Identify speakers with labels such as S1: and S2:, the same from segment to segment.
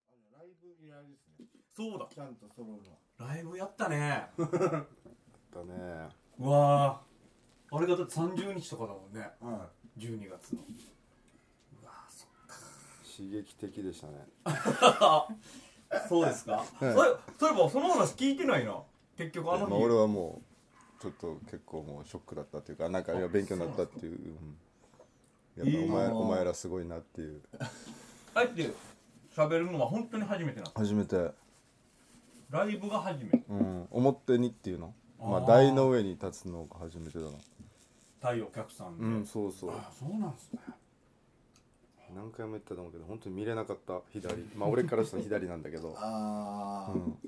S1: ブ以来ですね
S2: そうだ
S1: ちゃんと揃うのは
S2: ライブやったね
S3: だね
S2: うわーあれがだって30日とかだもんね
S1: は
S2: 12月のうわーそ
S3: 刺激的でしたね
S2: そうですか、そういえばその話聞いてないな結局あの日、
S3: まあ、俺はもうちょっと結構もうショックだったというかなんかいや勉強になったっていううんやっぱお前,、
S2: いいなあ
S3: お前らすごいなっていう
S2: あえて喋るのは本当に初めてなんです
S3: 初めて、
S2: ライブが初めて
S3: うん、表にっていうのまあ
S2: あー
S3: 台の上に立つのが初めてだな
S2: 対お客さんで、
S3: うんそうそう
S2: あそうなんですね
S3: 何回も言ったと思うけど本当に見れなかった左まあ俺からしたら左なんだけど
S1: い、あ
S3: う
S1: ー
S3: ん、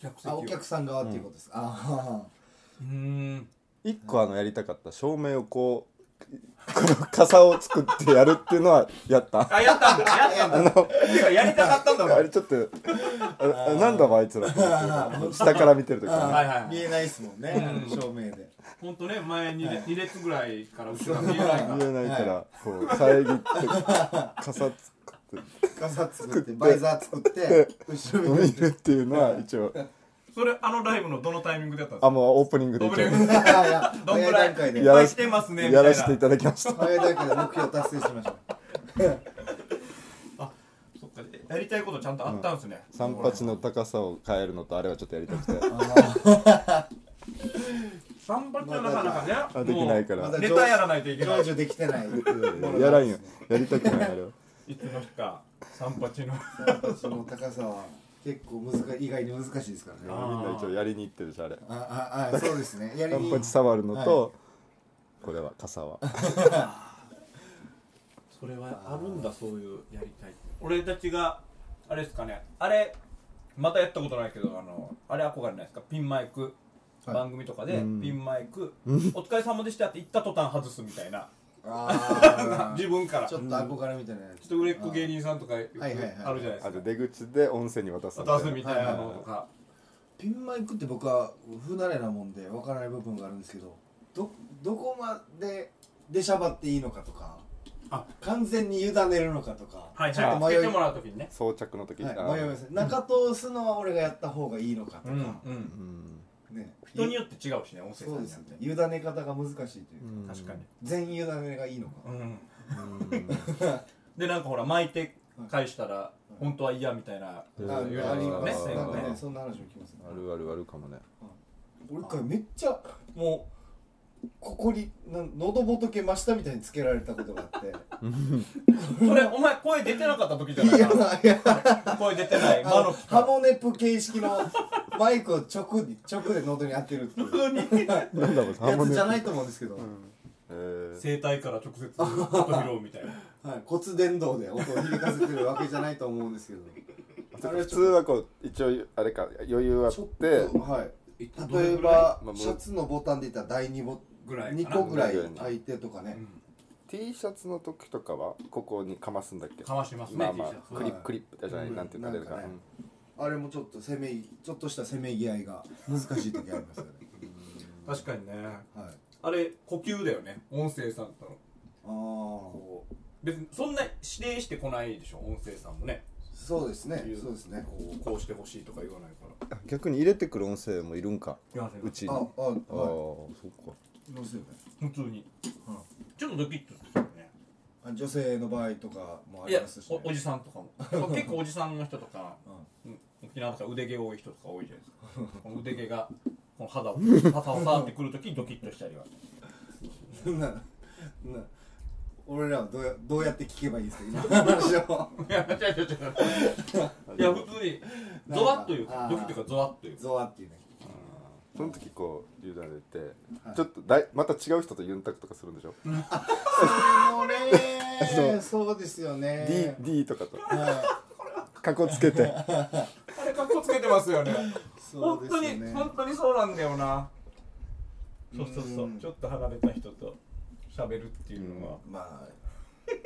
S2: 客席
S1: あ
S2: を
S1: お客さん側っていうことです、あ
S2: うーん
S3: 一個あのやりたかった照明をこうこの傘を作ってやるっていうのはやった
S2: あやったんだやったんだ
S3: あの
S2: てかやりたかったんだ
S3: あ
S2: ろ
S3: れちょっとああなんだわあいつらと思って下から見てる
S1: ー
S3: 時
S1: あー、
S3: ね
S2: いはいはい
S1: 見えないですもんね、
S2: うん
S1: 照明 で
S2: ほんとね前 2, 列二列ぐらいから後ろが見えないから
S3: 見えないからこう遮って傘作って
S1: 傘作ってバイザー作って後ろ
S3: 見
S1: に
S3: るっていうのは一応
S2: それあのライブのどのタイミングでやったんです
S3: あ
S2: か
S3: もうオープニングで
S2: ど
S3: 一
S2: ぶれ
S3: 応
S1: いやいや
S2: ど
S1: 早
S2: んぐ
S1: い
S2: らい
S1: 段階で
S2: いっ
S3: や
S2: ぱ
S3: ら
S2: い
S3: し
S2: してますねみた
S3: や
S2: いな
S3: らせていただきました
S1: 早い段階で目標達成しましょう
S2: そっかやりたいことちゃんとあったんですね、
S3: 三八の高さを変えるのとあれはちょっとやりたくて
S2: 三八はなかなかね、
S3: あできないから
S1: ま
S2: も
S1: だ
S2: う
S1: 上
S2: ネタやらないといけない
S1: 成就できてない
S3: やらんよやりたくないあれはい
S2: つの日か三八の
S1: その高さは結構難意外に難しいですから
S3: みん
S1: ね
S2: あー
S3: な一応やりに行ってるしあれ
S1: あああそうですねやり
S3: 三
S1: に
S3: 八触るのとこれは傘は
S2: それはあるんだそういうやりたい俺たちがあれですかねあれまたやったことないけどあのあれ憧れないですかピンマイク、
S1: はい
S2: 番組とかでピンマイク「お疲れ様でした」って言った途端外すみたいな
S1: あー
S2: 自分から
S1: ち
S2: ち
S1: ょ
S2: ょ
S1: っ
S2: っ
S1: と憧れみたいなやつ
S2: と売れっ子芸人さんとかよくあ
S1: はい
S2: る
S1: はい
S2: じ
S1: はい
S2: ゃないです
S3: あ
S2: か
S3: と出口で音声に渡す
S2: 出すみ
S3: い
S2: たいなのとか
S1: ピンマイクって僕は不慣れなもんでわからない部分があるんですけどどどこまで出しゃばっていいのかとか
S2: あ
S1: 完全に委ねるのかとか、
S2: はい
S1: ちょっと
S2: はい
S1: 迷
S2: つけ
S1: い
S2: てもらう時にね
S3: 装着の時あ
S1: はい、迷い
S3: ー
S1: ます中通すのは俺がやった方がいいのかと
S2: う
S1: か、
S2: んう
S3: うんん
S1: ね
S2: 人によって違うしね音声さん
S1: そう
S2: に
S1: で
S2: よ
S1: す
S2: っ
S1: よ
S2: て
S1: ね委ね方が難しいというか、
S3: うん
S2: 確かに
S1: 全員委ねがいいのか、
S2: うん
S3: うん
S2: でなんかほら巻いて返したら本当は嫌みたいな
S3: うん
S1: ああ
S2: 言
S1: り
S2: う
S3: や
S2: やつが
S1: ま
S2: ね
S1: すなんか
S3: あ
S1: ね
S3: ー
S1: そんな話も聞きますね
S3: あるあるあるかもね
S1: 俺一回めっちゃもうここになん喉仏真下みたいにつけられたことがあ って
S2: それお前声出てなかった時じゃない
S1: いや
S2: か
S1: いや
S2: な声出てない
S1: あ
S2: 間
S1: の
S2: の
S1: ハモネプ形式のマイクを直に直で喉に当てるっていう
S2: 普通に
S3: なんだろう
S1: やつじゃないいと思うんですけど、
S3: え
S2: 声帯から直接音拾うみたいな
S1: はい、骨伝導で音を響かせてるわけじゃないと思うんですけど
S3: ー普通はこう一応あれか余裕はあっ
S1: ちょってとはい
S2: ど
S1: 例
S2: れ
S1: え
S2: ぐら
S1: ば
S3: まあ
S1: シャツのボタンでいったら第2ボ
S2: ぐらいかな
S1: 2個ぐらい
S3: ぐらいね
S1: 開いてとかね、
S3: T シャツの時とかはここにかますんだっけ
S2: かましますね
S3: まあまあ
S2: T シャツ
S3: クリップクリップじゃないなんて言ったらいいか
S1: なんかねあれもちょっと攻めちょっとした攻めぎ合いが難しい時ありますよね、
S2: 確かにね
S1: はい、
S2: あれ呼吸だよね音声さんとの
S1: あー
S2: こう別にそんな指令してこないでしょ音声さんもね
S1: そうですね
S2: 言
S1: そうですね
S2: こうこうしてほしいとか言わないから
S3: うん逆に入れてくる音声もいるんか
S2: いません
S3: うちに
S1: ああ
S3: ああ
S1: あはい
S3: そっか
S1: どうすればいい
S2: 普通に
S1: うん
S2: ちょっとドキッとするよね
S1: あ女性の場合とかもあ
S2: い
S1: り
S2: や
S1: ますし、ね、
S2: おおじさんとかも 結構おじさんの人とか
S1: うん
S2: うん沖縄とか腕毛多い人とか多いじゃないですかこの腕毛がこの肌を肌を触ってくるときドキッとしたりは
S1: な な俺らはどうやどうやって聞けばいいですか今の話を
S2: いや違う違う違ういや普通にゾワッという
S1: あ
S2: か
S1: ー
S2: ドキッというかゾワッというか
S1: ゾワっていうね
S3: その時こう委ねて
S1: はい
S3: ちょっとだいまた違う人とユンタクとかするんでしょ
S1: それもね そうですよ
S3: D
S1: ね
S3: D とかと
S1: は
S3: かこつけて
S2: あれ格好つけてますよね
S1: いそうですよね
S2: 当にそうなんだよなそううそうそう
S1: うん
S2: ちょっと離れた人と喋るっていうのは
S1: まあ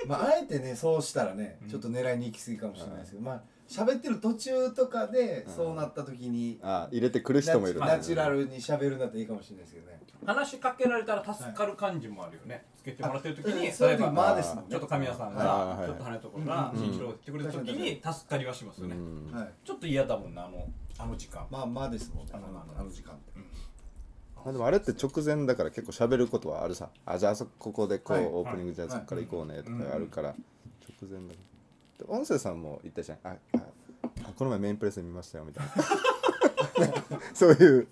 S1: まああえてねそうしたらね
S2: うん
S1: ちょっと狙いに行き過ぎかもしれないですけど、まあ喋ってる途中とかでそうなった時に、
S3: あ入れてくる人もいるね
S1: ナチュラルに喋るんだったらいいかもしれないですけどね
S2: 話しかけられたら助かる感じもあるよね、つけてもらってる時に、
S1: あそういう時
S2: 例えば、
S1: 間ですもんね
S2: ちょっと神谷さんが
S3: はい、はい
S2: ちょっと離れたところが、
S3: うん
S2: 新一郎が言ってくれた時に助かりはしますよね、
S3: うん
S1: はい
S2: ちょっと嫌だもんなあのあの時間、
S1: まあまあですもんねあ
S2: あ
S1: の
S2: の
S1: あの時間って
S3: まあでもあれって直前だから結構喋ることはあるさあじゃああそこここでこう、
S1: はい
S3: オープニングじゃあ
S1: はい
S3: そこから行こうねと
S2: うん
S3: かあるから、直前だからで音声さんも言ったじゃんあああこの前メインプレス見ましたよみたいな そういう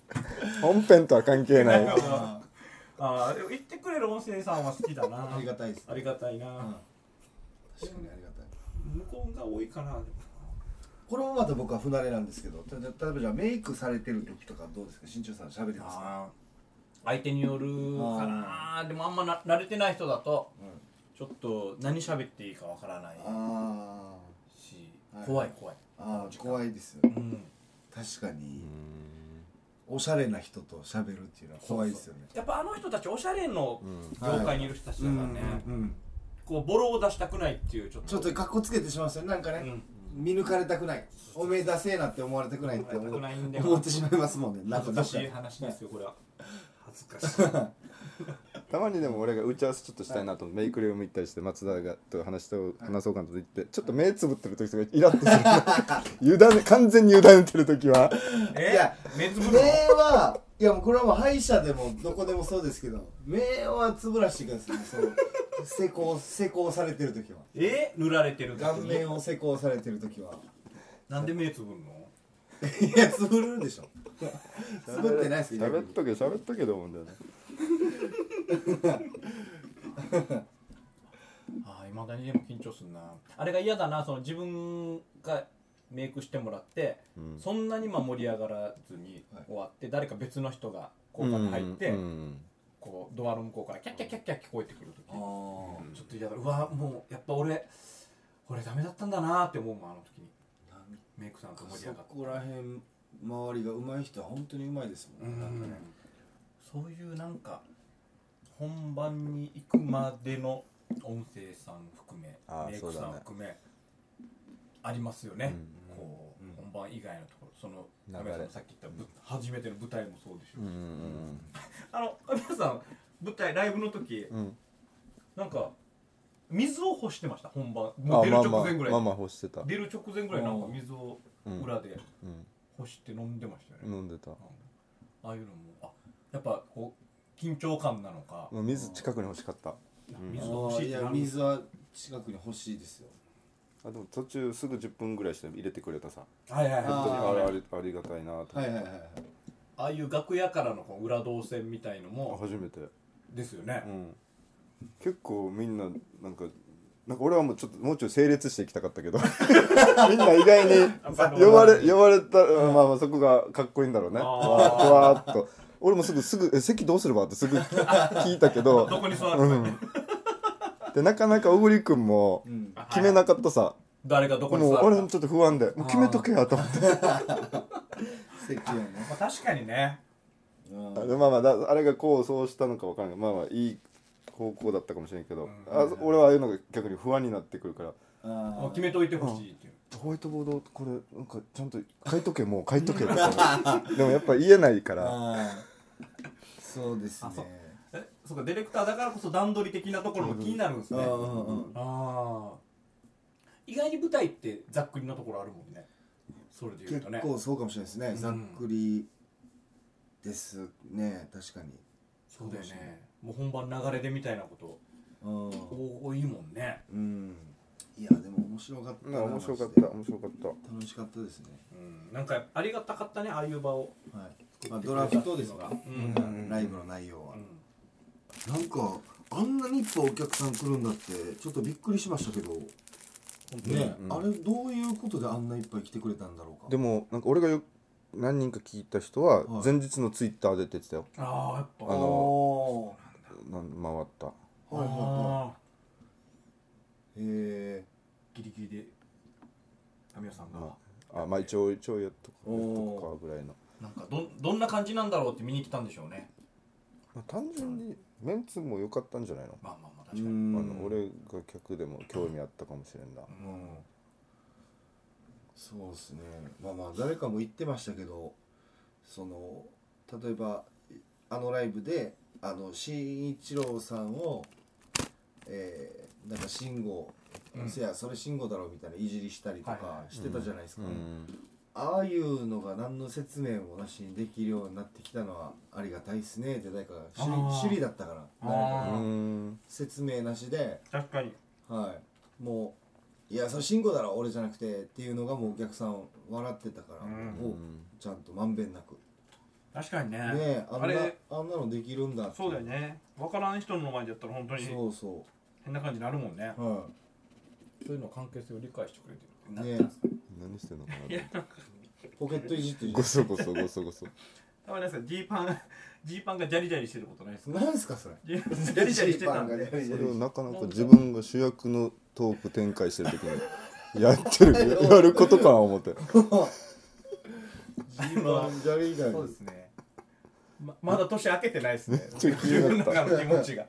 S3: 本編とは関係ない
S2: なん
S3: あ
S2: か
S1: あ
S2: ああ言ってくれる音声さんは好きだ
S1: あ
S2: な
S1: ありがたいです
S2: ありがたいな、
S1: うん確かにありがたい
S2: 向こうが多いかな
S1: これもまた僕は不慣れなんですけどた例えばじゃあメイクされてる時とかどうですか新潮さん喋りますか
S2: あ相手によるかなでもあんまな慣れてない人だと
S1: うん
S2: ちょっと何喋っていいかわからない
S1: あ
S2: し、
S1: はい
S2: 怖い怖い
S1: ーあー怖いですよ
S2: う
S1: ね
S2: ん
S1: 確かにおしゃれな人と喋るっていうのは怖いですよね
S2: やっぱあの人たちおしゃれの業界にいる人たちだからね、
S1: うんうんうん
S2: こうボロを出したくないっていうちょっと
S1: ちょっと格好つけてしまうんですよねなんかね、
S2: うん
S1: 見抜かれたくないおめえ出せえなって思われたくないって思
S2: 思われたくないんだよな
S1: 思ってしまいます もんねなん
S2: 恥
S1: かど
S2: ずか
S1: っ
S2: し
S1: か
S2: い話ですよこれは恥ずかしい
S3: たまにでも俺が打ち合わせちょっとしたいなと思って、メイクルーム行ったりして松田がと話しと、話そうかなと言ってちょっと目つぶってる時とかイラッと する委ね完全に委ねてる時は
S2: え
S1: いや
S2: 目つ
S1: 目
S2: ぶるの
S1: はいやもうこれはもう歯医者でもどこでもそうですけど目はつぶらしてくださいその施工施工されてる時は
S2: え塗られてる時に
S1: 顔面を施工されてる時は
S2: なんで目つぶるの
S1: いやつぶるんでしょつぶってないですけど
S3: 喋っとけ喋っとけと思うんだよね
S2: ああいまだにでも緊張すんなあれが嫌だなその自分がメイクしてもらって、
S3: うん
S2: そんなにまあ盛り上がらずに
S1: はい
S2: 終わって、誰か別の人がこう入って、
S3: うん
S2: こうドアの向こうからキャッキャッキャッキャッ聞こえてくる時、
S1: あー
S2: ちょっと嫌だうわもうやっぱ俺俺ダメだったんだなって思うもんあの時にメイクさんと盛り上
S1: そ
S2: がって
S1: こら辺周りが上手い人は本当に上手いですも
S2: うん
S1: ねなん
S2: ん
S1: かね
S2: そういうなんか本番に行くまでの音声さん含め
S3: あー
S2: メイク
S3: そう
S2: さ
S3: だ
S2: ん
S3: ね
S2: 含め、ありますよね、
S1: うん
S2: こう、
S1: うん
S2: 本番以外のところその
S3: 流れ
S2: 亀谷さんさっき言ったぶ初めての舞台もそうでしょ、
S3: うんうん
S2: あの亀谷さん舞台ライブの時
S3: うんうん
S2: なんか水を干してました本番
S3: あ
S2: もう出る
S3: まあま
S2: 直
S3: あ
S2: 前ぐらい、
S3: まあまあ干してた、
S2: 出る直前ぐらいなんか水を
S3: うん
S2: 裏で
S3: うん、
S2: 干して飲んでましたよね、
S3: 飲んでた
S2: ああいうのもあやっぱこう緊張感なのか、
S3: もう水近くに欲しかったん
S2: 水
S1: あ
S2: が欲し
S1: ー
S2: い
S1: い
S2: っ
S1: や
S2: てなる
S1: 水は近くに欲しいですよ
S3: あでも途中すぐ10分ぐらいして入れてくれたさ
S2: はいはいはい
S1: あー
S3: 本当にあ
S2: あ
S3: れありありがたいなと、
S1: はいはいはいはい
S2: ああいう楽屋からのこう裏動線みたいのも
S3: 初めて
S2: ですよね
S3: う、ん結構みんななんかなんか俺はもうちょっともうちょい整列していきたかったけど みんな意外に呼ばれ呼ばれたうんまあまあそこがかっこいいんだろうね
S2: あー
S3: わーっと俺もすぐすぐえ席どうすればってすぐ聞いたけど
S2: どこに座るか、
S3: うんでなかなか小栗君も
S1: うん
S2: あはい
S3: 決めなかったさ、
S2: 誰がどこに
S3: もう
S2: 座る
S3: 俺
S2: か
S3: もちょっと不安でもう決めとけやと思って
S1: 席をね
S2: まあ、確かにね
S1: うん
S3: あでまあまあだあれがこうそうしたのか分からないまあまあいい方向だったかもしれんけど、
S2: うん
S3: あ俺はああいうのが逆に不安になってくるから
S1: あー
S2: もう決めといてほしいっていう、
S3: ホワイトボードこれなんかちゃんと書いとけもう書いとけみたい なでもやっぱ言えないから
S1: あーそうですね
S2: あそうえそうかディレクターだからこそ段取り的なところも気になるんです
S1: う
S2: ね、
S1: んうんうん
S2: ああ意外に舞台ってざっくりなところあるもんねそれで言う
S1: 結
S2: とね
S1: 構そうかもしれないですね
S2: ん
S1: ざっくりですね確かに
S2: そうだよねもう本番流れでみたいなこと
S1: うん
S2: 多いもんね
S1: うんいやでも面白かった
S3: ま
S1: な
S3: あ面白かっ
S1: マジ
S3: た
S1: で
S3: 面白かった
S1: 楽しかったですね
S2: うんなんかありがたかったねああいう場を
S1: はいまあドラフトですか
S2: うん
S1: ライブの内容は
S2: うん
S1: なんかあんなにいっぱいお客さん来るんだってちょっとびっくりしましたけどね
S3: うん
S1: あれどういうことであんないっぱい来てくれたんだろうか
S3: でもなんか俺がよ何人か聞いた人は
S1: はい
S3: 前日のツイッターで出てたよ
S2: ああやっぱ
S3: あの
S1: お
S3: なん回っ
S1: ー
S3: た
S1: はいはいは
S2: ああ
S1: いへえ
S2: ギリギリで神谷さんが
S3: まああまあ一応一応やっとく
S1: おー
S3: やっとくかぐらいの、
S2: なんかどんどんな感じなんだろうって見に来たんでしょうね
S3: まあ、単純にメンツも良かったんじゃないの
S2: まあまあまあ確かに、
S3: あ
S1: ん
S3: の俺が客でも興味あったかもしれんな
S1: うんそうですねまあまあ誰かも言ってましたけどその例えばあのライブであの新一郎さんをえーなんか慎吾、
S2: うん
S1: せやそれ慎吾だろみたいないじりしたりと
S2: はいはい
S1: か
S2: はい
S1: してたじゃないです
S3: う
S1: か、
S3: ん
S1: ああいうのが何の説明もなしにできるようになってきたのはありがたいですねって誰かが主
S2: あー
S1: 理主理だったから誰か
S3: う
S1: が
S2: あ
S3: ん
S1: 説明なしで
S2: 確かに
S1: はい、もう「いやそれ慎吾だろ俺じゃなくて」っていうのがもうお客さん笑ってたから、
S2: う
S1: も
S2: ん
S1: うちゃんとまんべんなくね
S2: 確かにね
S1: えあんな
S2: あれ
S1: あんなのできるんだって
S2: そうだよね分からん人の前でやったら本当に
S1: そうそ
S2: 変な感じになるもんね
S1: うは
S2: そういうの関係性を理解してくれてる
S1: いね
S2: なんか
S1: え
S3: 何してんのか
S2: いやなんか
S1: ポケットいじってる
S3: なごそごそご そごそ
S2: たまになんかジーパン ジーパンがジャリジャリしてることないですか
S1: なんすかそれ
S2: ジャリジャリしてたんで
S1: ジャリジ
S3: そ
S1: ャ
S3: れを
S1: リ
S3: なかなか自分が主役のトーク展開してる時 にやってるややることかな思って
S1: ジーパンジャリ以外
S2: そうですねままだ年明けてないですね
S3: ちゃ気になった
S2: 自分の中の気持ちが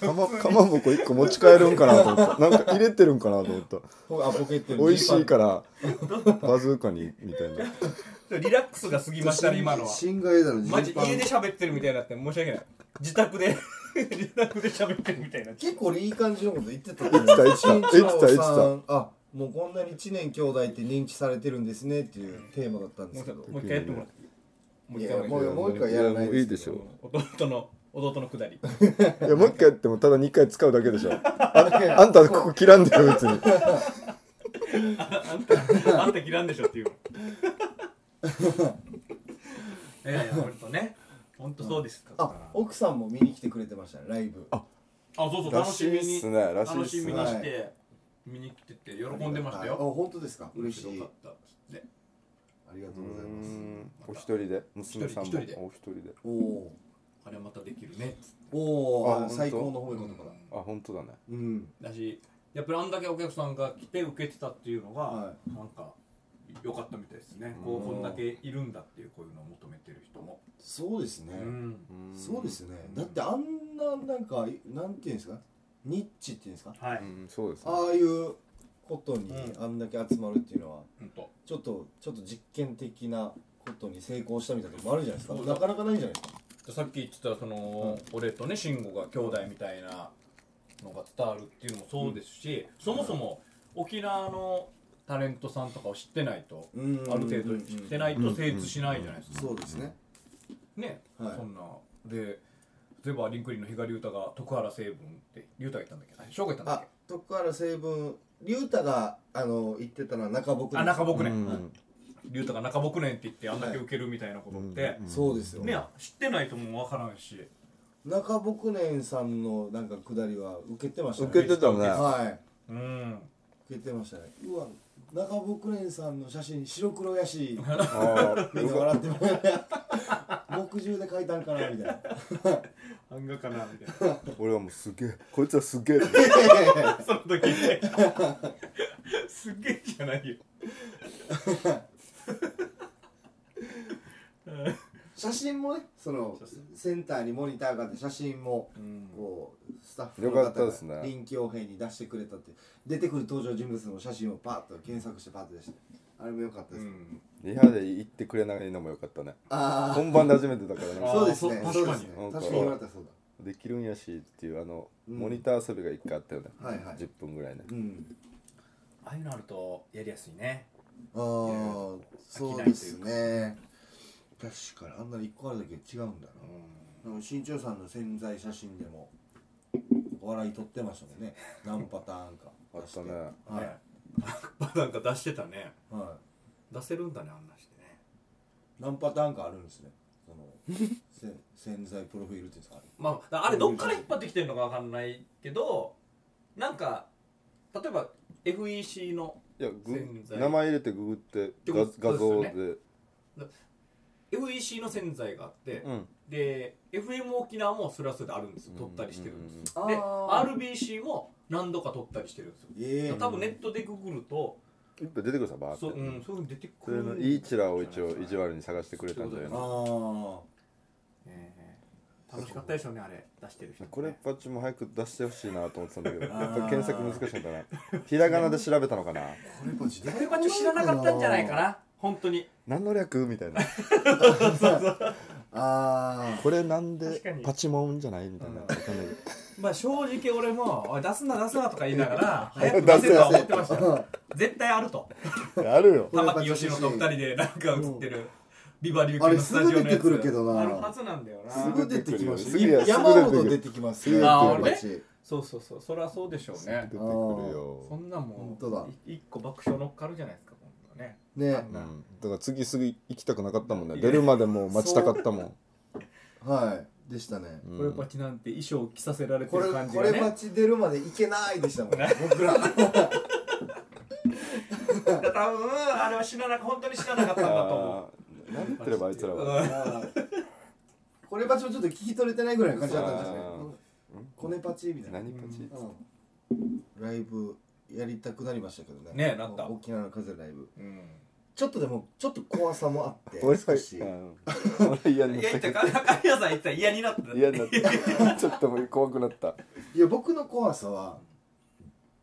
S3: かまかまぼこ1個持ち帰るんかなと思ったなんか入れてるんかなと思った
S1: ほあポケットに
S3: 美味しい
S1: ら
S3: からバズーカにみたいな
S2: リラックスが過ぎましたね今のは
S1: 新外だろジ
S2: マジ
S1: ーパン
S2: 家で喋ってるみたいになって申し訳ない自宅で 自宅で喋ってるみたいになって
S1: 結構俺いい感じのこと言ってた
S3: 言ってた言ってた
S1: 新一郎
S3: 言ってた
S1: さ
S3: 言
S1: んあもうこんなに知念兄弟って認知されてるんですねっていうテーマだったんですけど
S2: もう一回やってもらっていいもう一回
S1: いやもうもう一回やらない
S3: やもうい
S1: で
S3: い
S1: すけど
S3: でしょ
S2: 弟の弟のくだり
S3: いやもう一回やってもただ2回使うだけでし ょああんたここ切らんでよ別に
S2: あんた、あんた嫌んでしょっていう。いやいや、本当ね。本当そうですか。
S1: あ奥さんも見に来てくれてましたねライブ
S2: あ、そうそう、
S3: ら
S2: 楽
S3: し
S2: し
S3: い
S2: み
S3: っ
S2: に。
S3: すねらしいっ
S2: 楽し
S3: す
S2: み
S3: ね
S2: にして。見に来てて、喜んでました
S1: あ
S2: よ。
S1: 本当ですか嬉し
S2: 面
S1: い
S2: 白かったっつって。
S1: ありが
S3: う
S1: とうございます
S3: んお一人で娘さんも
S2: 一人で
S3: お一人で
S1: おお
S2: あれまたできるね。
S1: ーお
S3: あ
S1: お
S3: 本当
S1: 最高の褒め言葉だ
S3: あ本当だね。
S1: うん
S2: だし、やっぱりあんだけお客さんが来て受けてたっていうのが
S1: は、
S2: なんか。良かったみたいですね。こう、こんだけいるんだっていう、こういうのを求めてる人も。
S1: そうですね
S2: うん
S1: そうですねだってあんななんかなんていうんですかニッチっていうんですか
S2: はいう
S3: んそうですね
S1: ああいうことに
S2: うん
S1: あんだけ集まるっていうのは
S2: 本当。
S1: ちょっとちょっと実験的なことに成功したみたいなとこもあるじゃないです
S2: そう
S1: か
S2: だ
S1: なかなかないんじゃないですか
S2: さっき言ってたその、俺とね慎吾が兄弟みたいなのが伝わるっていうのもそうですし、そもそも沖縄のタレントさんとかを知ってないと、
S1: うん
S2: ある程度知ってないと成立しないじゃないですか、
S1: そうですね
S2: ね、
S1: はい
S2: そんなで例えばリンクリンの光龍太が徳原成分って龍太が言ったんだっけあ翔吾が言ったんだっ
S1: あ徳原成文龍太があの言ってたのは中僕
S2: けあ中僕
S3: う
S2: ね
S3: ん
S2: 龍太が中僕ねって言ってあんだけ受けるみたいなことって、
S3: うん
S1: そうですよ
S2: ね知ってないともわからんし
S1: 中牧年さんのなんか下りは受けてましたね
S3: 受けてたね
S1: は
S2: うん
S1: い受けてましたねうわ中牧年さんの写真白黒やし
S3: あー
S1: みんな笑っても 墨汁で描いたんかなみたいな
S2: 漫画かなみたいな
S3: 俺はもうすげえこいつはすげえ
S2: その時ねすげえじゃないよ
S1: 写真もねそのセンターにモニターがあって写真もこうスタッフの
S3: よかった
S1: 方
S3: ですね
S1: が臨機応変に出してくれたって出てくる登場人物の写真をパッと検索してパッと出してあれも良かったです、
S3: リハで行ってくれないのもよかったね
S1: あ
S3: 本番で初めてだから
S2: あ
S1: あ
S2: ー
S3: ね
S1: そうですね
S2: そ
S1: そうですね
S3: 確か
S1: 確
S3: に
S1: かに言われたらそう
S3: できるんやしっていうあの
S1: うん
S3: モニター遊びが一回あったよね
S1: はいはい
S3: 10分ぐらいね
S1: だうん
S2: ああいうのあるとやりやすいね
S1: ああそうですね確かにあんなに1個あるだけ違うんだなでも新潮さんの潜在写真でも笑い取ってましたもんね何パターンか
S3: あったね
S1: は
S2: ねバッパなんか出してたね
S1: い、は
S2: 出せるんだねあんなしてね
S1: い、何パターンかあるんですねそのせ潜在プロフィールっていうんですか
S2: まあだあれどっから引っ張ってきてるのかわかんないけどなんか例えば FEC の
S3: いや
S2: 潜
S3: グ
S2: 在
S3: 名前入れてググって
S2: てこ
S3: 画
S2: と
S3: 画像で
S2: そう FEC の洗剤があって、
S3: うん
S2: で FM 沖縄もそれはそれであるんですよ撮ったりしてるんですよ、
S1: うんうんうん
S2: で
S1: あ
S2: RBC も何度か撮ったりしてるんですよ
S1: ええ
S2: 多分ネットでググると、
S3: いっぱい出てくるさバーって
S2: そううん、そういうの出て
S3: そ
S2: く
S3: れ
S2: る
S3: のいいチラを一応意地悪に探してくれたんだよ
S1: あ
S3: な
S1: あ
S2: ええ楽しかったでしょうねあれ出してる人、ね、
S3: これっぱちも早く出してほしいなと思ってたんだけどやっぱ検索難しいんだなひらがなで調べたのかな
S1: これパチ
S2: これはちょっと知らなかったんじゃないかな本当に
S3: 何の略みたいな
S1: あ
S3: これなん
S2: 確か
S3: で
S2: に
S3: パチモンじゃないみたいなわかんないけど
S2: まあ正直俺もおい出すな出すなとか言いながら早く出せるとは思ってましたよ絶対あると
S3: あるよ
S2: 玉木吉野と二人でなんか映ってるビバリュー
S1: あ
S2: 級
S1: れ
S2: の
S1: す
S2: スタ
S1: ぐ
S2: ジオの
S1: 出
S2: やつ
S1: てくるけど
S2: あるは
S1: な
S2: ずなんだよな
S1: すぐ出てきます
S3: すぐ出てくるよ
S1: 山ほど出てきますね
S4: あ
S1: これ
S4: あ
S1: パチ
S4: そうそうそうそれはそうでしょうね
S3: 出てくるよ
S4: そんなも
S1: 本当だ
S4: うい一個爆笑乗っかるじゃないですか今度はね
S1: ね
S3: うんだから次すぐ行きたくなかったもんね出るまでもう待ちたかったもん
S1: はいでしたね
S3: うん
S4: これパチなんて衣装着させられて
S1: これ
S4: る感じ
S1: こ
S4: が
S1: れパ
S4: ね
S1: チ出るまでいけないでしたもんね僕ら
S2: 多分あれは知らなか本当に知らなかったんだと思う
S3: あー何言ってればあいつらは
S1: これパチもちょっと聞き取れてないぐらいの感じだったんですね
S3: あー
S1: うんコネパチみたいな
S3: 何パチ
S1: うんライブやりたくなりましたけどね
S4: ねなった
S1: 沖縄の風ライブ
S4: うん
S1: ちょっとでもちょっと怖さもあって
S3: 俺は
S1: 少し
S3: うん俺嫌
S2: い
S3: にな
S2: や
S3: っ
S2: 言
S3: た
S2: って
S3: けど
S2: か神谷さん言ってた嫌になった
S3: 嫌になった ちょっともう怖くなった
S1: いや僕の怖さは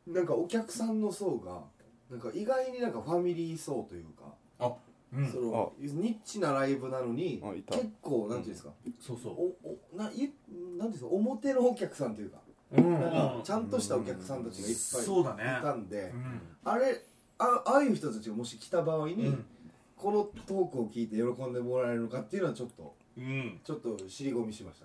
S1: なんかお客さんの層がなんか意外になんかファミリー層というか、
S4: うん
S1: そのニッチなライブなのに
S3: あいた
S1: 結構なんていうんですか、
S4: そうそう
S1: おおないなんていうんですか表のお客さんというか,、
S4: うん
S1: なんか
S2: うん
S1: ちゃんとしたお客さんたちがいっぱい
S2: そうだね
S1: いたんで、
S2: うん
S1: あれあああいう人たちがもし来た場合に、
S4: うん
S1: このトークを聞いて喜んでもらえるのかっていうのはちょっと
S2: うん
S1: ちょっと尻込みしまし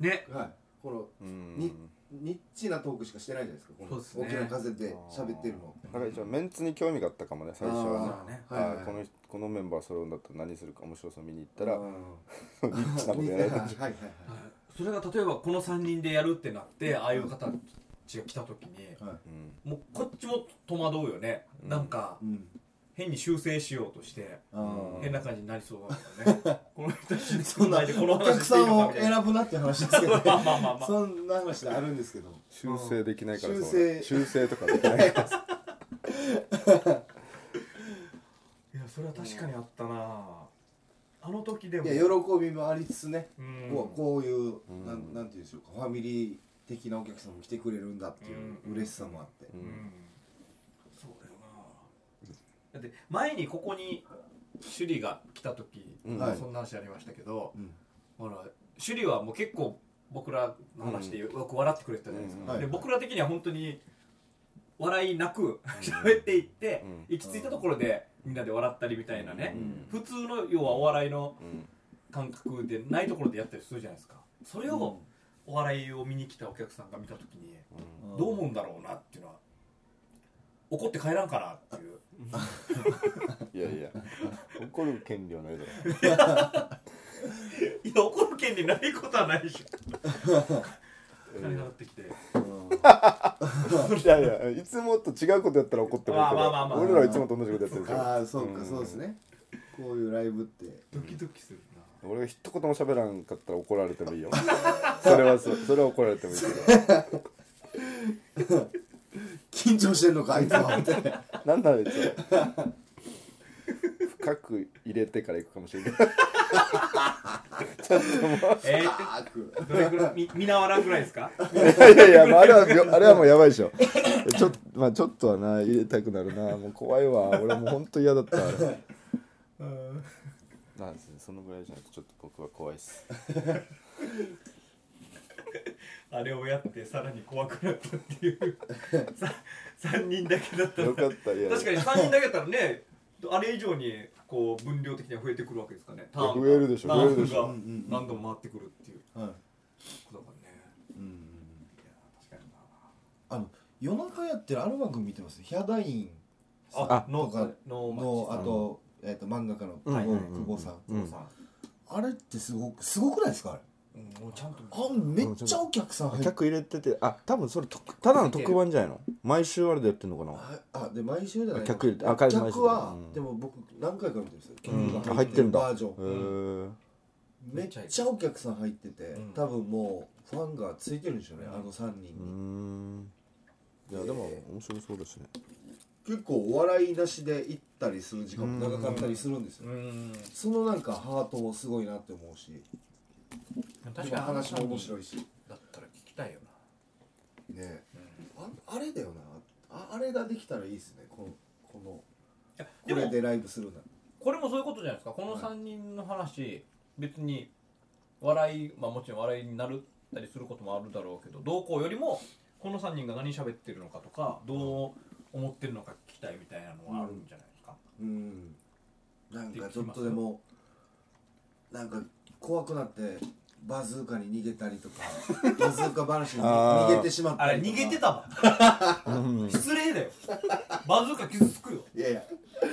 S2: ね
S1: たはいこの
S3: うん
S1: にニッチなトークしかしてないじゃないですかこ
S2: そう
S1: の
S2: ですね
S1: 大きな風で喋ってるの
S3: だから一応メンツに興味があったかもね最初
S2: そう
S3: は
S2: だね
S3: あ
S1: はいはい
S3: ーこの人このメンバー揃うんだったら何するか面白そう見に行ったら
S1: うん
S3: ニッチなことやられたんじゃん
S1: はいはい
S2: はいそれが例えばこの3人でやるってなってああいう方たちが来た時に
S1: はい
S3: うん
S2: もうこっちも戸惑うよね、
S3: うん
S2: なんか
S1: うん
S2: 変に修正しようとして
S1: あ
S2: 変な感じになりそうだからね この人たち
S1: そんな
S2: こ
S1: お
S2: の
S1: 客
S2: 話して
S1: さ
S2: いい
S1: ん
S2: のか
S1: を
S2: みたいな
S1: 選ぶなって話ですけどね
S2: まあまあまあまあ
S1: そんな話であるんですけど
S3: 修正できないから
S1: 修
S3: そう
S1: 正
S3: ね修正とかできないから
S2: いやそれは確かにあったなあの時でも
S1: いや喜びもありつつね
S2: うん
S1: こうこういう
S3: うん
S1: なんなんていうんでしょうかファミリー的なお客さんも来てくれるんだっていう嬉しさもあって
S2: う
S3: う
S2: んんそうだよなだって前にここに趣里が来た時、
S3: うん
S1: はい
S2: そんな話ありましたけど
S1: うん
S2: ほら趣里はもう結構僕らの話でよく笑ってくれてたじゃないですか、
S1: うん
S2: で
S1: はい
S2: 僕ら的には本当に笑いなく喋っていって、
S3: うん
S2: 行き着いたところでみんなで笑ったりみたいなね、
S3: う
S2: 普
S3: ん
S2: 通の要はお笑いの
S3: うん
S2: 感覚でないところでやったりするじゃないですかそれをお笑いを見に来たお客さんが見た時に
S3: うん
S2: どう思うんだろうなっていうのは怒って帰らんかなっていう
S3: いやいや怒る権利はないだろ
S2: いや怒る権利ないことはないでしょ 金払ってきて
S1: うん
S3: いやいやいつもと違うことやったら怒ってもいい
S2: まあ
S3: け
S2: まあまあまあ
S3: ど俺らはいつもと同じことやってるでしょ
S1: ああそう
S3: う
S1: か
S3: ん
S1: そうですねこういうライブって
S2: ドキドキするな
S3: 俺が一言も喋らんかったら怒られてもいいよそれはそうそれは怒られてもいいけど
S1: 緊張してんのかあいつ はみたいな
S3: なんだあいつは深く入れてから行くかもしれない
S2: えーって
S1: あーく
S2: どれぐらいみ見習わぐらいですか
S3: いやいや、まあ、あれはびょあれはもうやばいでしょちょ,、まあ、ちょっとはな入れたくなるなもう怖いわ俺もうほんと嫌だったあれ
S2: うん
S3: なんですねそのぐらいじゃないとちょっと僕は怖いっす
S2: あれをやってさらに怖くなったっていう3人だけだったら
S3: よかったいや
S2: 確かに3人だけだったらねあれ以上にこう分量的には増えてくるわけですかねターンが
S3: 増えるでしょ
S2: ターン
S3: 増えるでし
S2: が
S3: ょ
S1: うんうんうん
S2: 何度も回ってくるっていう
S1: はい
S2: ことだからね
S1: うんうんうん
S2: いや確かにな
S1: あの夜中やってるあの番組見てますヒャダイン
S2: あ
S1: あ、
S2: ノ
S1: とか
S2: ーノーマ
S1: の
S2: ッ
S1: あ
S2: チ
S1: と,、えっと漫画家の久
S3: はい
S1: 保久保さん、
S3: うん
S2: さん
S1: あれってすごくすごくないですかあれ
S2: うんもうちゃんと
S1: あめっちゃお客さん入って
S3: 客入れててあ多分それ特ただの特番じゃないの毎週あれでやってんのかな
S1: ああで毎週じゃない
S3: 客入れてあ客
S1: 客は、
S3: うん
S1: でも僕何回か見てるんですよ
S3: うん
S1: 客が
S3: 入ってるんだ
S1: バージョン、
S3: へえ
S1: めっちゃお客さん入ってて、
S2: ん
S1: 多分もうファンがついてるんでしょうね、あの3人に、
S3: うんいやでも面白そうだしね
S1: 結構お笑いなしで行ったりする時間も長かったりするんですよ、
S2: うん
S1: そのなんかハートもすごいなって思うし
S2: 確
S1: そ
S2: か
S1: の
S2: に
S1: 話も面白いしね
S2: だったら聞きたいよな
S1: ああれだよなああれができたらいいですねこのこの
S2: いや
S1: これ
S2: でも
S1: でライブするな
S2: これもそういうことじゃないですかこの3人の話別に笑いまあもちろん笑いになるったりすることもあるだろうけどどうこうよりもこの3人が何喋ってるのかとかどう思ってるのか聞きたいみたいなのはあるんじゃないですか、
S1: うんなんかちょっとでもなんか怖くなってバズーカに逃げたりとかバズーカ話に
S3: あ
S1: 逃
S3: ー
S1: げてしまっ
S5: あ
S1: た
S5: れ
S1: りとか
S5: 逃げてたわ
S3: うん
S5: 失礼だよバズーカ傷つくよ
S1: いやいや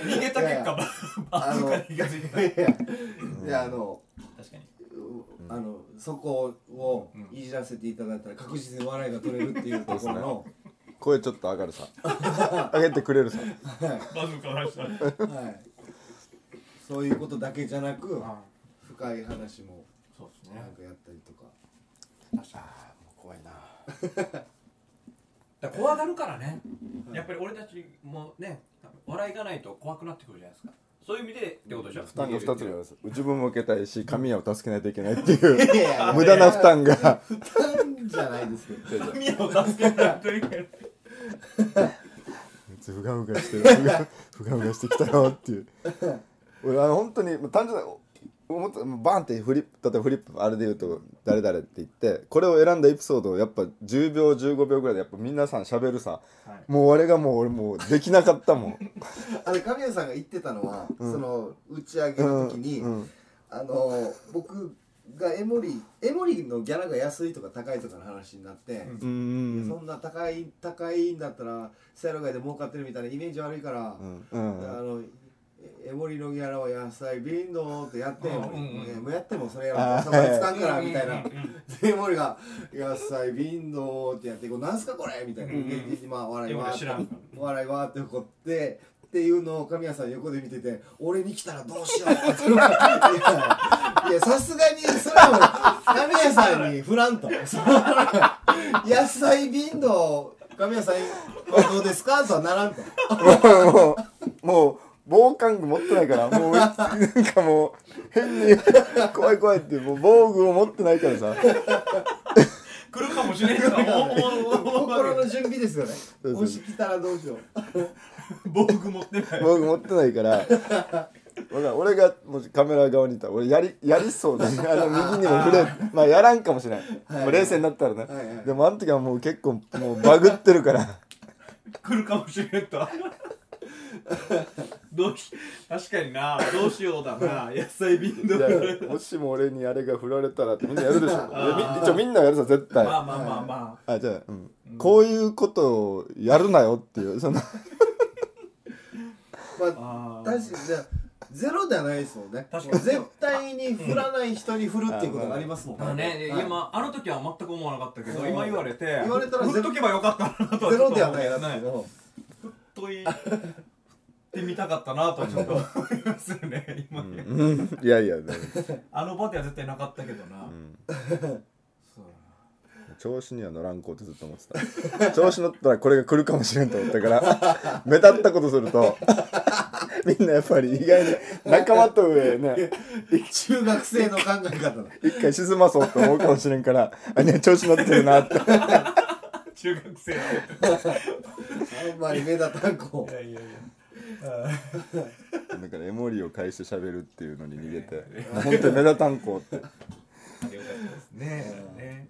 S5: 逃げた結果バ
S1: あ
S5: ズー
S1: の
S5: カに気づいた
S1: いやいやいやあの
S5: 確かに
S1: あのそこをいじらせていただいたら確実に笑いが取れるっていうところの、
S3: 声ちょっと上がるさ上げてくれるさ
S5: バズーカの話した
S1: はい、そういうことだけじゃなく深い話も
S2: そうです
S1: なんかやったりとか、
S3: 怖いな
S5: だから怖がるからね、やっぱり俺たちもね笑いがないと怖くなってくるじゃないですかそういう意味でってことでしょ
S3: 負担が2つ
S5: で
S3: にあるさ自分も受けたいし神谷を助けないといけないっていう
S1: いやいや
S3: 無駄な負担が
S1: 負担じゃないですけど
S5: 宮を助けないといけない
S3: ふがふがしてるふがふがふがしてきたよっていう俺あの本当に単純な思ったバーンってフリップ例えばフリップあれで言うと「誰々」って言ってこれを選んだエピソードをやっぱ10秒15秒ぐらいでやっぱ皆さんしゃべるさ、もうあれがもう俺もうできなかったもん
S1: あれ神谷さんが言ってたのは、その打ち上げの時に、
S3: うんうん
S1: あの僕がエモリエモリのギャラが安いとか高いとかの話になって、
S3: う
S1: いや
S3: ん
S1: そんな高い高いんだったらセロ街で儲かってるみたいなイメージ悪いから、
S3: うん
S1: あのえエモリのギャラは野菜瓶のってやってエモリ、ねもうやってもそれやろ
S3: あー
S1: そこでつかんからみたいな、でエモリが「野菜瓶の」ってやって「これなんすかこれ」みたいな、でまあ笑いわーって
S5: エモリは
S1: 笑いわーって怒って。っていうのを神谷さん横で見てて俺に来たらどうしようっていやいやさすがにそれは神谷さんに振らんと その野菜瓶の神谷さんはどうですかとはならんと
S3: もう、もう、防寒具持ってないから、もう、なんかもう、変に、怖い怖いって、もう防具を持ってないからさ。
S5: 来るかもしれんから
S1: 心の準備ですよね。
S3: そう
S1: もし来たらどうしよう。
S5: 防具持ってない
S3: 防具持ってないから。俺が俺がもしカメラ側にいたら俺やりやり そうであの右にも触れまあやらんかもしれない、
S1: はい
S3: もう冷静になったらね、
S1: はいはい
S3: でもあの時はもう結構もうバグってる から
S5: 来るかもしれんとどうし確かになどうしようだな野菜瓶
S3: い
S5: の
S3: やもしも俺にあれが振られたらってみんなやるでしょ いやみ一応みんなやるさ絶対
S5: まあまあまあま
S3: あじゃあ、うんこういうことをやるなよっていうその
S1: ま
S5: ああ
S1: あ、
S5: ー
S1: 確かにじゃあゼロではないですもんね。
S5: 確かに
S1: 絶対に振らない人に振るっていうことがありますもん
S5: だからね、
S1: はい
S5: 今あの時は全く思わなかったけど、
S1: うん
S5: 今言われて
S1: 言われたら
S5: 振っとけばよかったなとは
S1: ゼ
S5: ちょっ
S1: ロ
S5: と
S1: ではないな
S5: な
S1: け
S5: い
S1: ど。
S5: といってみたかったなとはちょっと思いますよね今、
S3: うんいやいや、でも
S5: あの場では絶対なかったけどな、そう
S3: 調子には乗らんこうってずっと思ってた 調子乗ったらこれが来るかもしれんと思ったから目立ったことすると みんなやっぱり意外に仲間と上ね
S1: 中学生の考え方だ。
S3: 一回沈まそうと思うかもしれんからあね調子乗ってるな って
S5: 中学生の
S1: あんまり目立たんこ
S5: いやいやいや
S3: だからエモリを返して喋るっていうのに逃げて 本当に目立たんこうって
S5: よかったですねね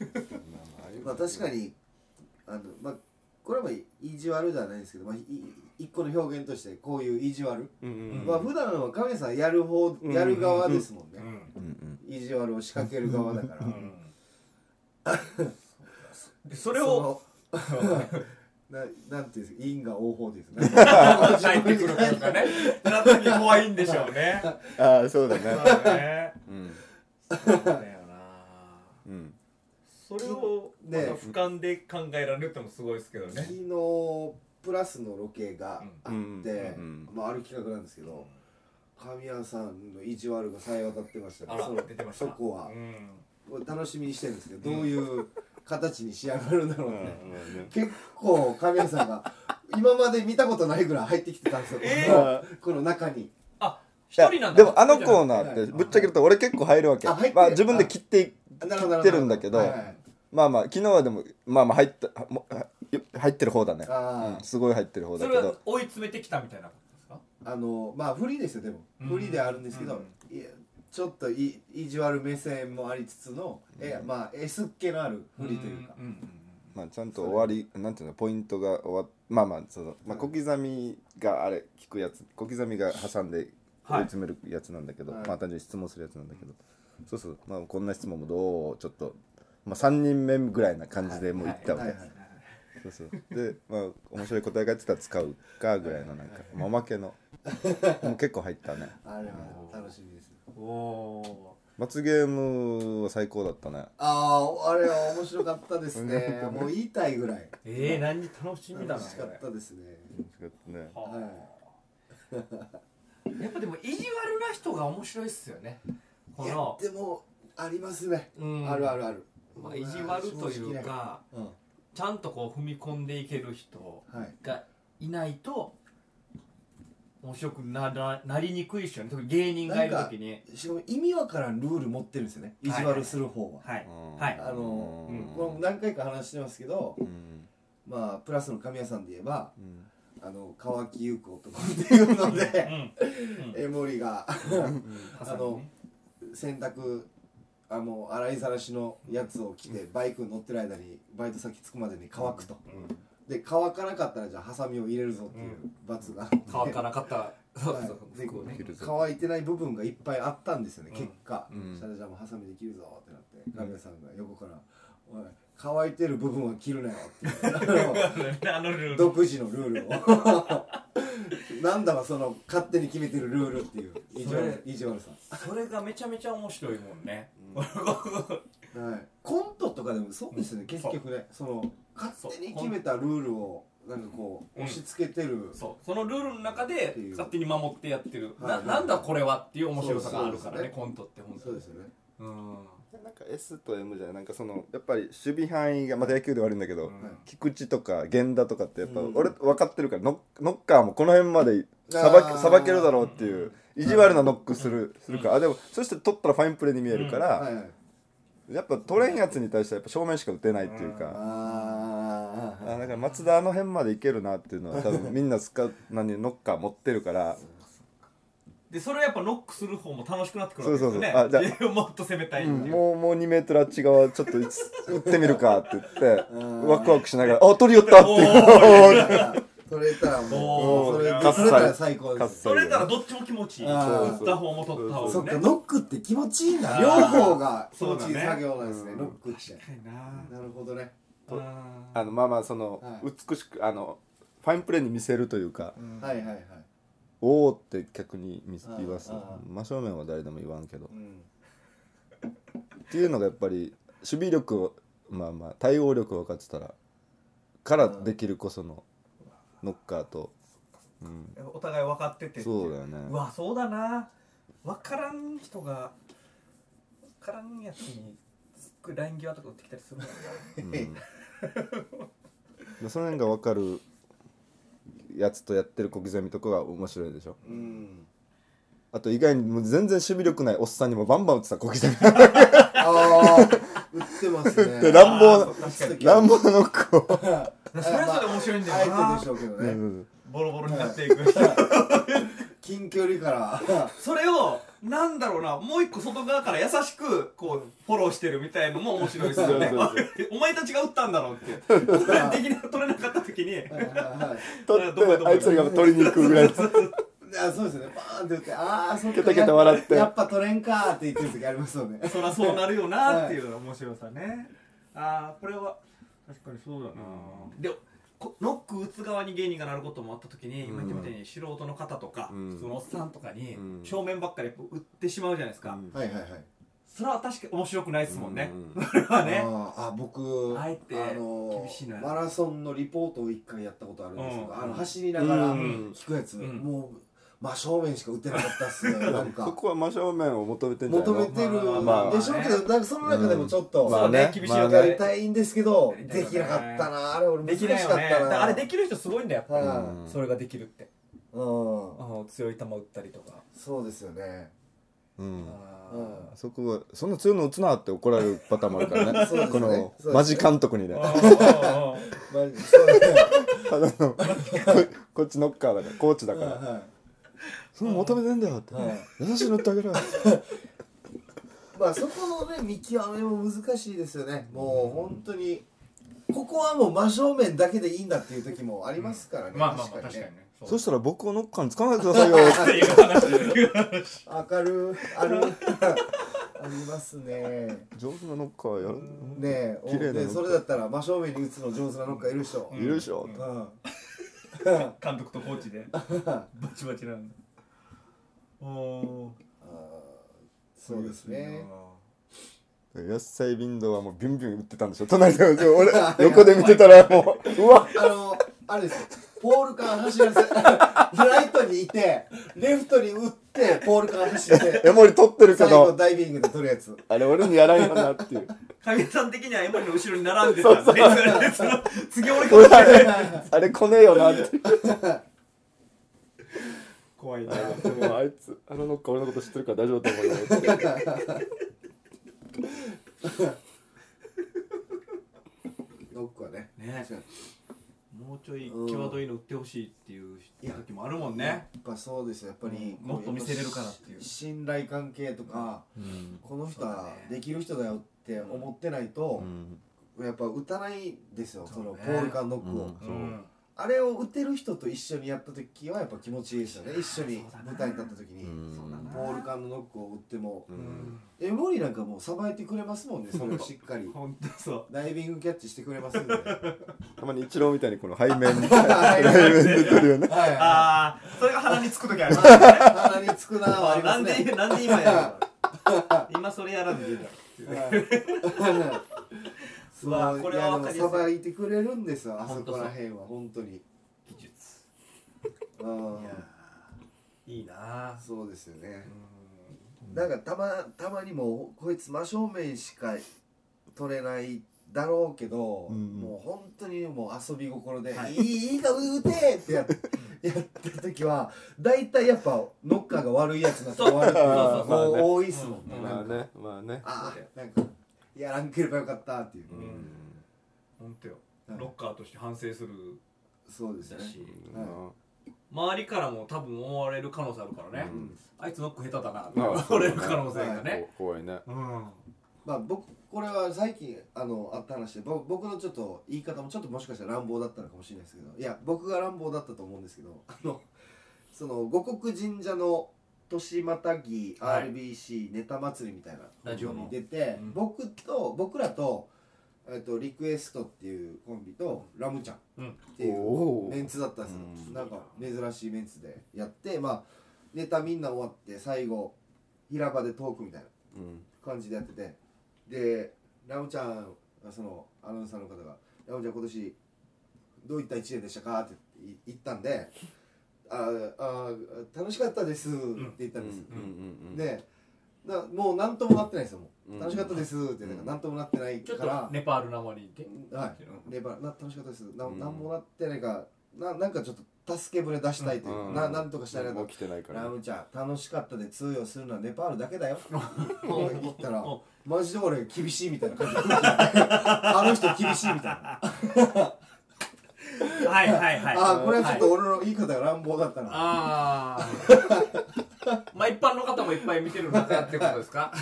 S1: う。まあ確かにあのまあこれも意地悪ではないですけど、まあい一個の表現としてこういう意地悪は普段は神谷さんやる方やる側ですもんね。意地悪を仕掛ける側だから。
S5: でそれを
S1: その ななんていうんですか因果応報ですね
S5: 入ってくるからかねなった時怖いんでしょう ね
S3: ああそうだね
S5: そうだね
S3: うん
S5: そうだよな
S3: うん
S5: それをま
S1: ね
S5: た俯瞰で考えられてもすごいですけど
S1: 昨
S5: ね
S1: 日プラスのロケがあって、
S3: うんうん
S1: まあ、ある企画なんですけど神谷さんの意地悪がさえ渡ってました
S5: あ
S1: ね
S5: ら
S1: その
S5: 出てました
S1: そこは
S5: う、ん
S1: もう楽しみにしてるんですけどどういう形に仕上がるんだろうね、結構神 谷さんが今まで見たことないぐらい入ってきてたんですよ、
S5: え
S1: このこの中に
S5: あ
S6: 一人なんだ
S3: でもあのコーナーってぶっちゃけると俺結構入るわけ
S1: あ入ってる
S3: まあ自分で切って
S1: あなるほど
S3: 切ってるんだけど
S1: なるほはいはい
S3: まあまあ昨日はでもまあまあ入ったも入ってる方だね
S1: あー
S3: うんすごい入ってる方だ
S2: そ
S3: け
S2: れは
S3: ど
S2: 追い詰めてきたみたいなことですか
S1: あのまあフリーですよでも、フリーではあるんですけど、いやちょっとい意地悪目線もありつつの、えまあ S っ気のあるフリーというか、
S2: うんうんうん
S3: まあちゃんと終わりなんていうのポイントが終わっまあまあそのまあ小刻みがあれ聞くやつ小刻みが挟んで追い詰めるやつなんだけど
S1: は
S3: ま
S1: い
S3: あ単純に質問するやつなんだけどそうそうまあこんな質問もどうちょっとまあ3人目ぐらいな感じでもういったわ
S1: はい
S3: け
S1: はい
S3: そうそうでまあ面白い答えが出たら使うかぐらいのなんかまあおまけのもう結構入ったね
S1: あれは楽しみです
S2: うんお
S3: 罰ゲームは最高だったね
S1: あああれは面白かったです ねもう言いたいぐらい
S2: ーええ何楽しみだな
S1: 楽し
S2: こ
S1: か
S2: れ
S1: ったですね
S3: 違ったね
S1: はい
S2: やっぱでも意地悪な人が面白いっすよねこ
S1: いや
S2: の
S1: でもありますね、
S2: うん
S1: あるあるある、
S2: まあ、意地悪というか
S1: うんは
S2: ちゃんとこう踏み込んでいける人
S1: い
S2: がいないと面白くならなりにくいっすよね特に芸人がいる時に
S1: しかも意味わからんルール持ってるんですよね意地悪する方は、
S2: はい
S3: うん
S2: はい
S1: あの
S3: うん
S1: これも何回か話してますけど
S3: うん
S1: まあプラスの神谷さんで言えば
S3: うん
S1: あの川木優子とかっていうの
S2: う
S1: で
S2: ん
S1: 江森が
S2: あ
S1: あの洗濯あの洗いざらしのやつを着てバイク乗ってる間にバイト先着くまでに乾くと、で乾かなかったらじゃあハサミを入れるぞっていう罰があって
S2: 乾かなかったそうそう
S1: はい
S2: 服をね
S3: 切るぞ
S1: 乾いてない部分がいっぱいあったんですよね、
S2: うん
S1: 結果、
S3: うん
S1: シャラジャもハサミで切るぞってなって神谷さんが横から「おい乾いてる部分は切るなよ」っていう
S2: あのルール
S1: 独自のルールを なんだかその勝手に決めてるルールっていう意地悪
S2: それ
S1: 意地悪さ
S2: それがめちゃめちゃ面白いもんね
S1: はい、コントとかでもそうですよね、結局ねその勝手に決めたルールをなんかこう
S2: うん
S1: 押し付けてる、
S2: そうそのルールの中で
S1: っていう
S2: 勝手に守ってやってる
S1: はい
S2: な
S1: はい
S2: なんだこれはっていう面白さがあるか
S1: そ
S2: ら
S1: うそうそう
S2: ね
S1: ですね
S2: コントって本当
S1: そう
S2: に
S1: ですよね
S2: うん
S3: なんか S と M じゃないなんかそのやっぱり守備範囲がまた野球ではあるんだけど、
S2: ん
S3: 菊池とか源田とかってやっぱ、
S1: うん
S3: 俺分かってるからノッノッカーもこの辺までさ
S1: あ
S3: ば
S1: ー
S3: さばけるだろうっていう意地悪なノックする,、するからあでもそして取ったらファインプレーに見えるから、
S1: はいはい
S3: やっぱ取れんやつに対してはやっぱ正面しか打てないっていう
S1: あー
S3: か、
S1: あー
S3: あ
S1: あー
S3: だから松田あの辺までいけるなっていうのは多分みんなスカ何ノッカー持ってるから
S2: でそれやっぱノックする方も楽しくなってくる
S3: そ
S2: わけ
S3: うそ
S2: で
S3: う
S2: す
S3: そう
S2: よね
S3: あじゃあ
S2: 自分を もっと攻めたいっていう
S3: もうもう2メートルあっち側ちょっといつ打ってみるかって言って
S1: うん
S3: ワクワクしながら「あ取り寄った!」っていう
S1: 取れたらも
S2: お
S1: う
S2: ー
S1: それ
S2: おー
S1: 取れたら最高
S3: 喝
S1: です
S3: 采
S2: それならどっちも気持ちいい
S1: あー
S2: 打った方も取った方もね
S1: そっかノックって気持ちいいんだ両方が気持ちいい
S2: そうだね
S1: 作業なんですねノックって
S2: 確かにな
S1: なるほどね
S2: あー
S3: あのまあまあその、
S1: はい
S3: 美しくあのファインプレーに見せるというか「
S1: はいはいはい
S3: おお」って客に見せ
S1: あー
S3: 言わす
S1: あ
S3: 真正面は誰でも言わんけど
S1: うん
S3: っていうのがやっぱり守備力をまあまあ対応力を分かってたらからできるこそのノッカーと、うん、
S2: お互い分かってて
S3: そうだよね
S2: うわそうだな分からん人が分からんやつにすっごいライン際とか打ってきたりするもん
S3: うんでその辺が分かるやつとやってる小刻みとかが面白いでしょ
S1: うん
S3: あと意外にもう全然守備力ないおっさんにもバンバン打ってた 小刻み
S1: ああ打ってますね
S3: で乱暴な
S1: 打つ時は
S3: 乱暴なノックを
S2: なそれはそれで面白いんだよ
S1: あえて
S2: な
S1: でしょうけど
S3: う
S1: ね
S3: ん
S2: ボロボロになっていく人
S1: 近距離から
S2: それをなんだろうなもう一個外側から優しくこうフォローしてるみたいのも面白いですよね
S3: そうそう そ
S2: お前たちが打ったんだろうっていうそれできな取れなかった時に
S3: 取っ
S2: どこへど
S3: て
S2: こへ
S3: あいつらが取りに行くぐらい
S1: あそうですねバーンって打ってああそっか
S3: ケタケタ笑って
S1: やっぱ取れんかーって言ってる時ありますよね
S2: そらそうなるよなっていうのが面白さね、ああこれは確かにそうだな、でこノック打つ側に芸人がなることもあった時に、今言ったみたいに素人の方とか、
S3: うん
S2: 普通のおっさんとかに、
S3: うん
S2: 正面ばっかりやっぱ打ってしまうじゃないですか、
S3: うん
S1: はいはいはい
S2: それは確かに面白くないですもん ね、
S3: うん
S2: それはね
S1: あーあ僕
S2: あえて
S1: あの
S2: 厳しいな
S1: マラソンのリポートを一回やったことあるんですけど、
S2: うん
S1: あの走りながら
S3: うん
S1: 聞くやつ、
S2: ん
S1: もう真正面しか打てなかったっすねなん
S3: そ
S1: か
S3: こは真正面を求めてんじゃない
S1: 求
S3: の
S1: めてるでしょうけど、
S3: まあ
S1: なんかその中でもちょっと、
S3: まあ
S2: そう
S3: ね
S2: ね厳しい
S3: まあ
S2: よ
S3: ね
S1: や
S2: ね
S1: りたいんですけど、
S2: やりた
S1: で
S2: いよね
S1: きなかったなあれ俺
S2: で
S1: 難し
S2: き
S1: か
S2: な
S1: ったな、
S2: いよねだからあれできる人すごいんだよやっぱ、
S1: はい
S3: うん
S2: それができるって
S1: うん
S2: あの強い球打ったりとか
S1: そうですよね
S3: う
S1: う
S3: ん
S2: あ
S1: ん
S3: そこはそんな強いの打つなって怒られるパターンもあるからね
S1: そうですね
S3: この
S1: そうですね
S3: マジ監督にね
S2: ー あ
S1: まあそうですね
S3: ただのここっちノッカーだからコーチだ
S1: はい
S3: から
S1: は
S3: その求めてんだよって
S1: はい
S3: 優しいのってあげろよ
S1: いまあそこのね見極めも難しいですよねもう本当にここはもう真正面だけでいいんだっていう時もありますからね、
S7: まあまあまあ確かにねう
S3: そしたら僕をノッカーに使わないでくださいよ
S7: っていう話で
S1: 明るいある ありますね
S3: 上手なノッカーやる
S1: ねえお
S3: 綺麗な
S1: で
S3: ノッカー
S1: それだったら真正面に打つの上手なのかいるでしょ、
S3: いるでし
S1: う
S3: ょ
S1: ん
S2: 監督とコー チでバチバチなんだおお
S1: あーそうですね
S3: 野菜ビンドウはもうビュンビュン打ってたんでしょ 隣で俺横で見てたら もううわ
S1: あのあれですよポールカー走らせ ライトにいてレフトに打ってポールカー走って
S3: 江森取ってるけ
S1: 最後
S3: ど
S1: ダイビングで取るやつ
S3: あれ俺にやらんよなっていう
S2: 影さん的にはエモリの後ろに並んでたんでその次俺か
S3: 俺あれあれ来ねえよなって
S2: 怖いな
S3: でもあいつあのノッカー俺のこと知ってるから大丈夫だと思うよって
S1: ノックはね
S2: ね
S1: 確かに
S2: もうちょい際どいの売ってほしいっていう時もあるもん
S1: や
S2: ね
S1: っぱそうですよやっぱり、
S2: うんもっと見せれるからっていう
S1: し信頼関係とか、この人はできる人だよって思ってないと、やっぱ打たないですよその
S2: ね
S1: ポールカーノックを、
S3: うん
S2: う
S3: うん
S2: ん
S1: あれを打てる人と一緒にやった時はやっぱ気持ちいいですよね一緒に
S2: そうだな
S1: 舞台に立った時に、
S2: そうだな
S1: ポールカーのノックを打っても、
S2: うん
S1: エモリなんかもうさばいてくれますもんねそれ をしっかり
S2: ほんとそ
S1: ダイビングキャッチしてくれ ますんではい
S3: たまにイチローみたいにこの背面背面で取るよね
S2: う
S1: はい
S2: ああそれが鼻につく時あ る
S1: 鼻につくなはありま
S2: な
S1: す
S2: ん
S1: ね
S2: でなんで今 やるの今それやらんでいいんだ
S1: はい、
S2: うわこれは分かりやすい
S1: さばいてくれるんですよあそ
S2: ほんと
S1: こ
S2: そう
S1: らへんは本当に
S2: 技術
S1: うん
S2: いやーいいな
S1: そうですよねなんかたまたまにもうこいつ真正面しか取れないだろうけど、
S3: うん
S1: もう本当にもう遊び心で「
S2: はい
S1: い、いいいか打て!」ってや っやってる時は大体やっぱノッカーが悪いやつなんて終わるっていう
S3: そうそうそ
S1: の
S3: うそう
S1: が多いっすもんね、
S2: うん
S1: なんか
S3: まあねまあね
S1: ああなんかやらんければよかったっていう、
S2: うんほんとよ
S1: うん
S2: ロッカーとして反省する
S1: そうです
S2: だ
S1: ね
S2: し
S1: は
S2: 周りからも多分思われる可能性あるからね
S1: うん
S2: あいつノック下手だなって
S3: まあ
S2: 思われる可能性がね
S3: こ怖いね
S2: うん
S1: まあ僕これは最近あのあった話でぼ僕のちょっと言い方もちょっともしかしたら乱暴だったのかもしれないですけどいや僕が乱暴だったと思うんですけどあのその五穀神社の年またぎ
S2: はい
S1: RBC ネタ祭りみたいな
S2: ラジオの
S1: に出て、
S2: うん
S1: 僕と僕らと,、えっとリクエストっていうコンビとラムちゃんっていう
S3: おー
S1: メンツだったんですよ、
S3: うん
S1: なんか珍しいメンツでやってまあネタみんな終わって最後平場でトークみたいな。
S3: うん
S1: 感じでやっててでラムちゃんがそのアナウンサーの方が「ラムちゃん今年どういった1年でしたか?」ってい言ったんで「あーあー楽しかったです」って言ったんです、
S3: うんうんうん
S1: でなもう何ともなってないですよもう、
S3: うん
S1: 楽しかったです」ってなんか何ともなってない
S2: ちょっ
S1: か
S2: と
S1: ら、
S2: ネパールなまりで
S1: はい
S2: うん
S1: レバーな楽しかったですな
S3: うん
S1: 何もなってないからななんかちょっと助け舟出したいというか、
S3: うん
S1: ななんとかしたいなと
S3: もう来てないから
S1: ラ
S3: ね
S1: ムちゃん楽しかったで通用するのはネパールだけ だよ言ったら
S2: うん
S1: マジで俺厳しいみたい な感じであの人厳しいみたいな
S2: はいはいはい
S1: ああこれはちょっと
S2: い
S1: 俺の言い方が乱暴だったな、
S2: ああまあ一般の方もいっぱい見てる中ってことで すか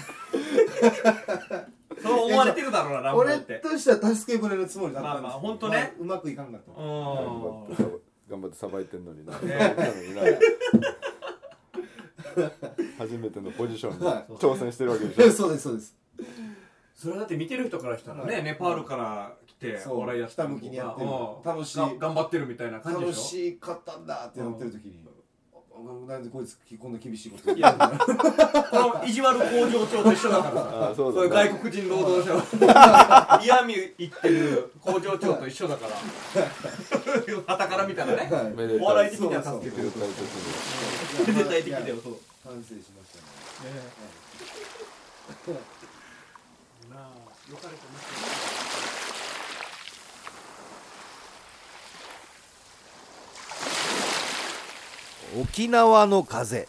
S2: そう思われてるだろうなランボ
S1: 俺
S2: って
S1: としては助け舟のつもりだったんです
S2: まあまあほんとね
S1: まあうまくいかんかった
S2: うん
S3: 頑張ってさばいてんのにな
S2: ね
S3: 初めてのポジションに
S1: は
S3: 挑戦してるわけでしょ
S1: そうですそうです
S2: それはだって見てる人からしたらね、
S1: はい
S2: ネパールから来て
S1: そう
S2: お笑いやってる
S1: 北向きにやってる
S2: うん
S1: 楽しい
S2: が頑張ってるみたいな感じで
S1: 楽
S2: しょ
S1: しかったんだってなってる時に、あなんでこいつこんな厳しいこと言っ
S2: い
S1: て
S2: や
S1: んだ
S2: この意地悪工場長と一緒だからさ
S3: ああそ
S2: そうういう
S3: だね
S2: 外国人労働者を嫌味言ってる工場長と一緒だからはたから見たらね
S1: はい
S3: めでた
S2: お笑い
S3: い
S2: 的には助けて
S3: め
S2: る
S3: でたい時に
S2: 絶対的だよそう
S1: 反省しましたね
S2: なあ良かれと思って
S1: 沖縄の風